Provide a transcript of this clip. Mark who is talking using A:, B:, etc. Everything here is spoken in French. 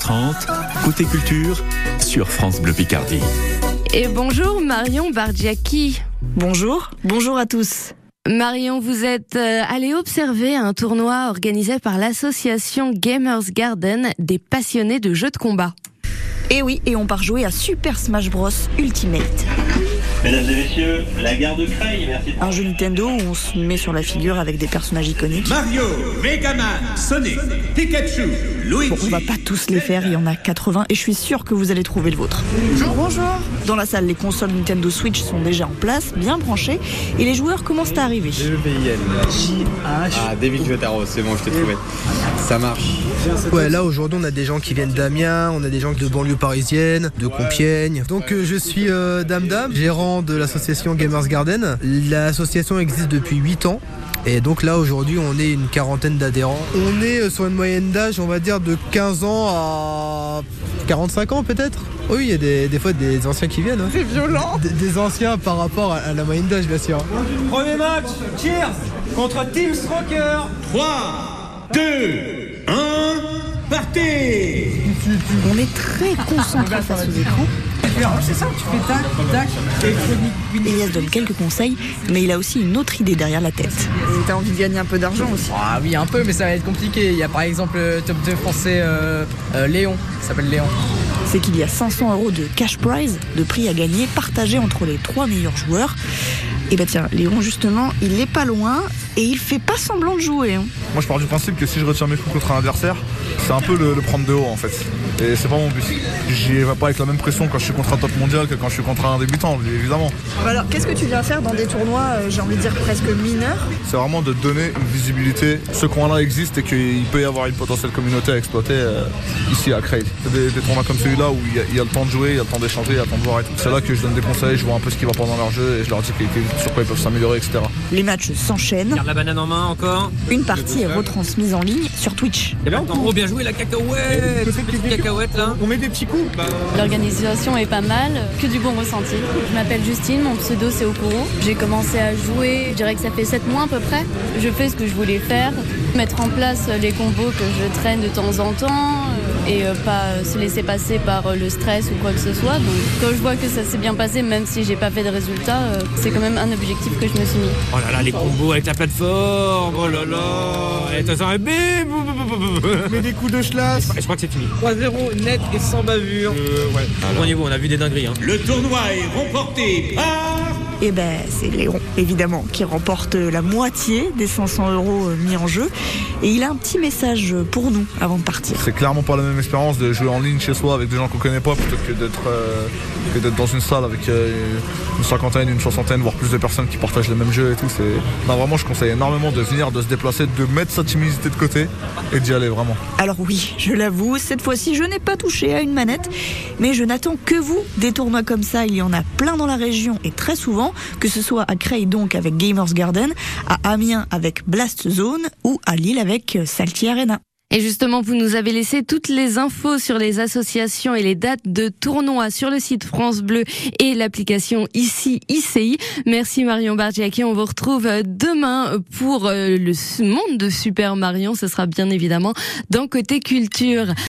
A: 19h30, côté culture sur France Bleu Picardie.
B: Et bonjour Marion Bardiaki.
C: Bonjour, bonjour à tous.
B: Marion, vous êtes euh, allée observer un tournoi organisé par l'association Gamers Garden des passionnés de jeux de combat.
C: Et Eh oui, et on part jouer à Super Smash Bros Ultimate.
D: Mesdames et messieurs, la gare de Creil, merci.
C: Un jeu Nintendo où on se met sur la figure avec des personnages iconiques.
E: Mario, Megaman, Sonic, Pikachu,
C: Bon, on
E: Luigi.
C: va pas tous les faire, il y en a 80 et je suis sûre que vous allez trouver le vôtre.
B: Bonjour.
C: Dans la salle, les consoles Nintendo Switch sont déjà en place, bien branchées, et les joueurs commencent à arriver.
F: VIN. Ah, David Jotaro, c'est bon, je t'ai trouvé. Ça marche.
G: Ouais, là aujourd'hui on a des gens qui viennent d'Amiens, on a des gens de banlieue parisienne, de Compiègne. Donc euh, je suis euh, Dame Dame, gérant de l'association Gamers Garden. L'association existe depuis 8 ans. Et donc là aujourd'hui on est une quarantaine d'adhérents. On est euh, sur une moyenne d'âge on va dire de 15 ans à 45 ans peut-être Oui il y a des, des fois des anciens qui viennent. C'est violent des, des anciens par rapport à, à la moyenne d'âge bien sûr.
H: Premier match, Cheers contre Team Stroker.
E: 3, 2, 1, partez
C: On est très concentrés face aux écrans.
H: Ah, C'est ça, tu fais tac, tac. et chronique.
C: Elias donne quelques conseils, mais il a aussi une autre idée derrière la tête.
I: T'as envie de gagner un peu d'argent aussi.
J: Ah oui, un peu, mais ça va être compliqué. Il y a par exemple le top 2 français euh, euh, Léon, il s'appelle Léon.
C: C'est qu'il y a 500 euros de cash prize, de prix à gagner, partagé entre les trois meilleurs joueurs. Et bah tiens, Léon justement, il est pas loin et il fait pas semblant de jouer. hein.
K: Moi je pars du principe que si je retire mes coups contre un adversaire, c'est un peu le, le prendre de haut en fait. Et c'est pas mon but. J'y vais pas avec la même pression quand je suis contre un top mondial que quand je suis contre un débutant, évidemment.
I: Alors, qu'est-ce que tu viens faire dans des tournois, euh, j'ai envie de dire presque mineurs
K: C'est vraiment de donner une visibilité. Ce coin-là existe et qu'il peut y avoir une potentielle communauté à exploiter euh, ici à Creil. C'est Des, des tournois comme celui-là où il y a- il y, a le temps de jouer, il y a le temps d'échanger, il y a le temps de voir et tout. C'est là que je donne des conseils, je vois un peu ce qui va pas dans leur jeu et je leur dis que- sur quoi ils peuvent s'améliorer, etc.
C: Les matchs s'enchaînent.
H: Garde la banane en main encore.
C: Une partie est retransmise en ligne sur Twitch.
H: Et maintenant, oh, bien joué la cacahuète. Petite cacahuète là.
K: On met des petits coups
L: L'organisation est pas mal, que du bon ressenti. Je m'appelle Justine, mon pseudo c'est Okoro. J'ai commencé à jouer, je dirais que ça fait 7 mois à peu près. Je fais ce que je voulais faire, mettre en place les combos que je traîne de temps en temps euh, et euh, pas euh, se laisser passer par euh, le stress ou quoi que ce soit. Donc quand je vois que ça s'est bien passé, même si j'ai pas fait de résultats, euh, c'est quand même un objectif que je me suis mis.
H: Oh là là, les combos avec la plateforme. Oh là là. Et t'as ça, bim, bim, bim, bim, bim.
K: met des coups de schlass
H: Je crois que c'est fini. 3-0, net et sans bavure. Euh, ouais. On est bon, on a vu des dingueries. Hein.
E: Le tournoi est remporté par...
C: Et ben c'est Léon, évidemment, qui remporte la moitié des 500 euros euh, mis en jeu. Et il a un petit message pour nous avant de partir.
K: C'est clairement pas la même expérience de jouer en ligne chez soi avec des gens qu'on connaît pas plutôt que d'être euh, que d'être dans une salle avec euh, une cinquantaine, une soixantaine, voire plus de personnes qui partagent le même jeu et tout. C'est non, vraiment, je conseille énormément de venir, de se déplacer, de mettre sa timidité de côté et d'y aller vraiment.
C: Alors oui, je l'avoue, cette fois-ci, je n'ai pas touché à une manette, mais je n'attends que vous. Des tournois comme ça, il y en a plein dans la région et très souvent, que ce soit à Creil donc avec Gamers Garden, à Amiens avec Blast Zone ou à Lille avec euh, Salty Arena.
B: Et justement, vous nous avez laissé toutes les infos sur les associations et les dates de tournois sur le site France Bleu et l'application ICI ICI. Merci Marion Bargiaki. On vous retrouve euh, demain pour euh, le s- monde de Super Marion. Ce sera bien évidemment dans Côté Culture.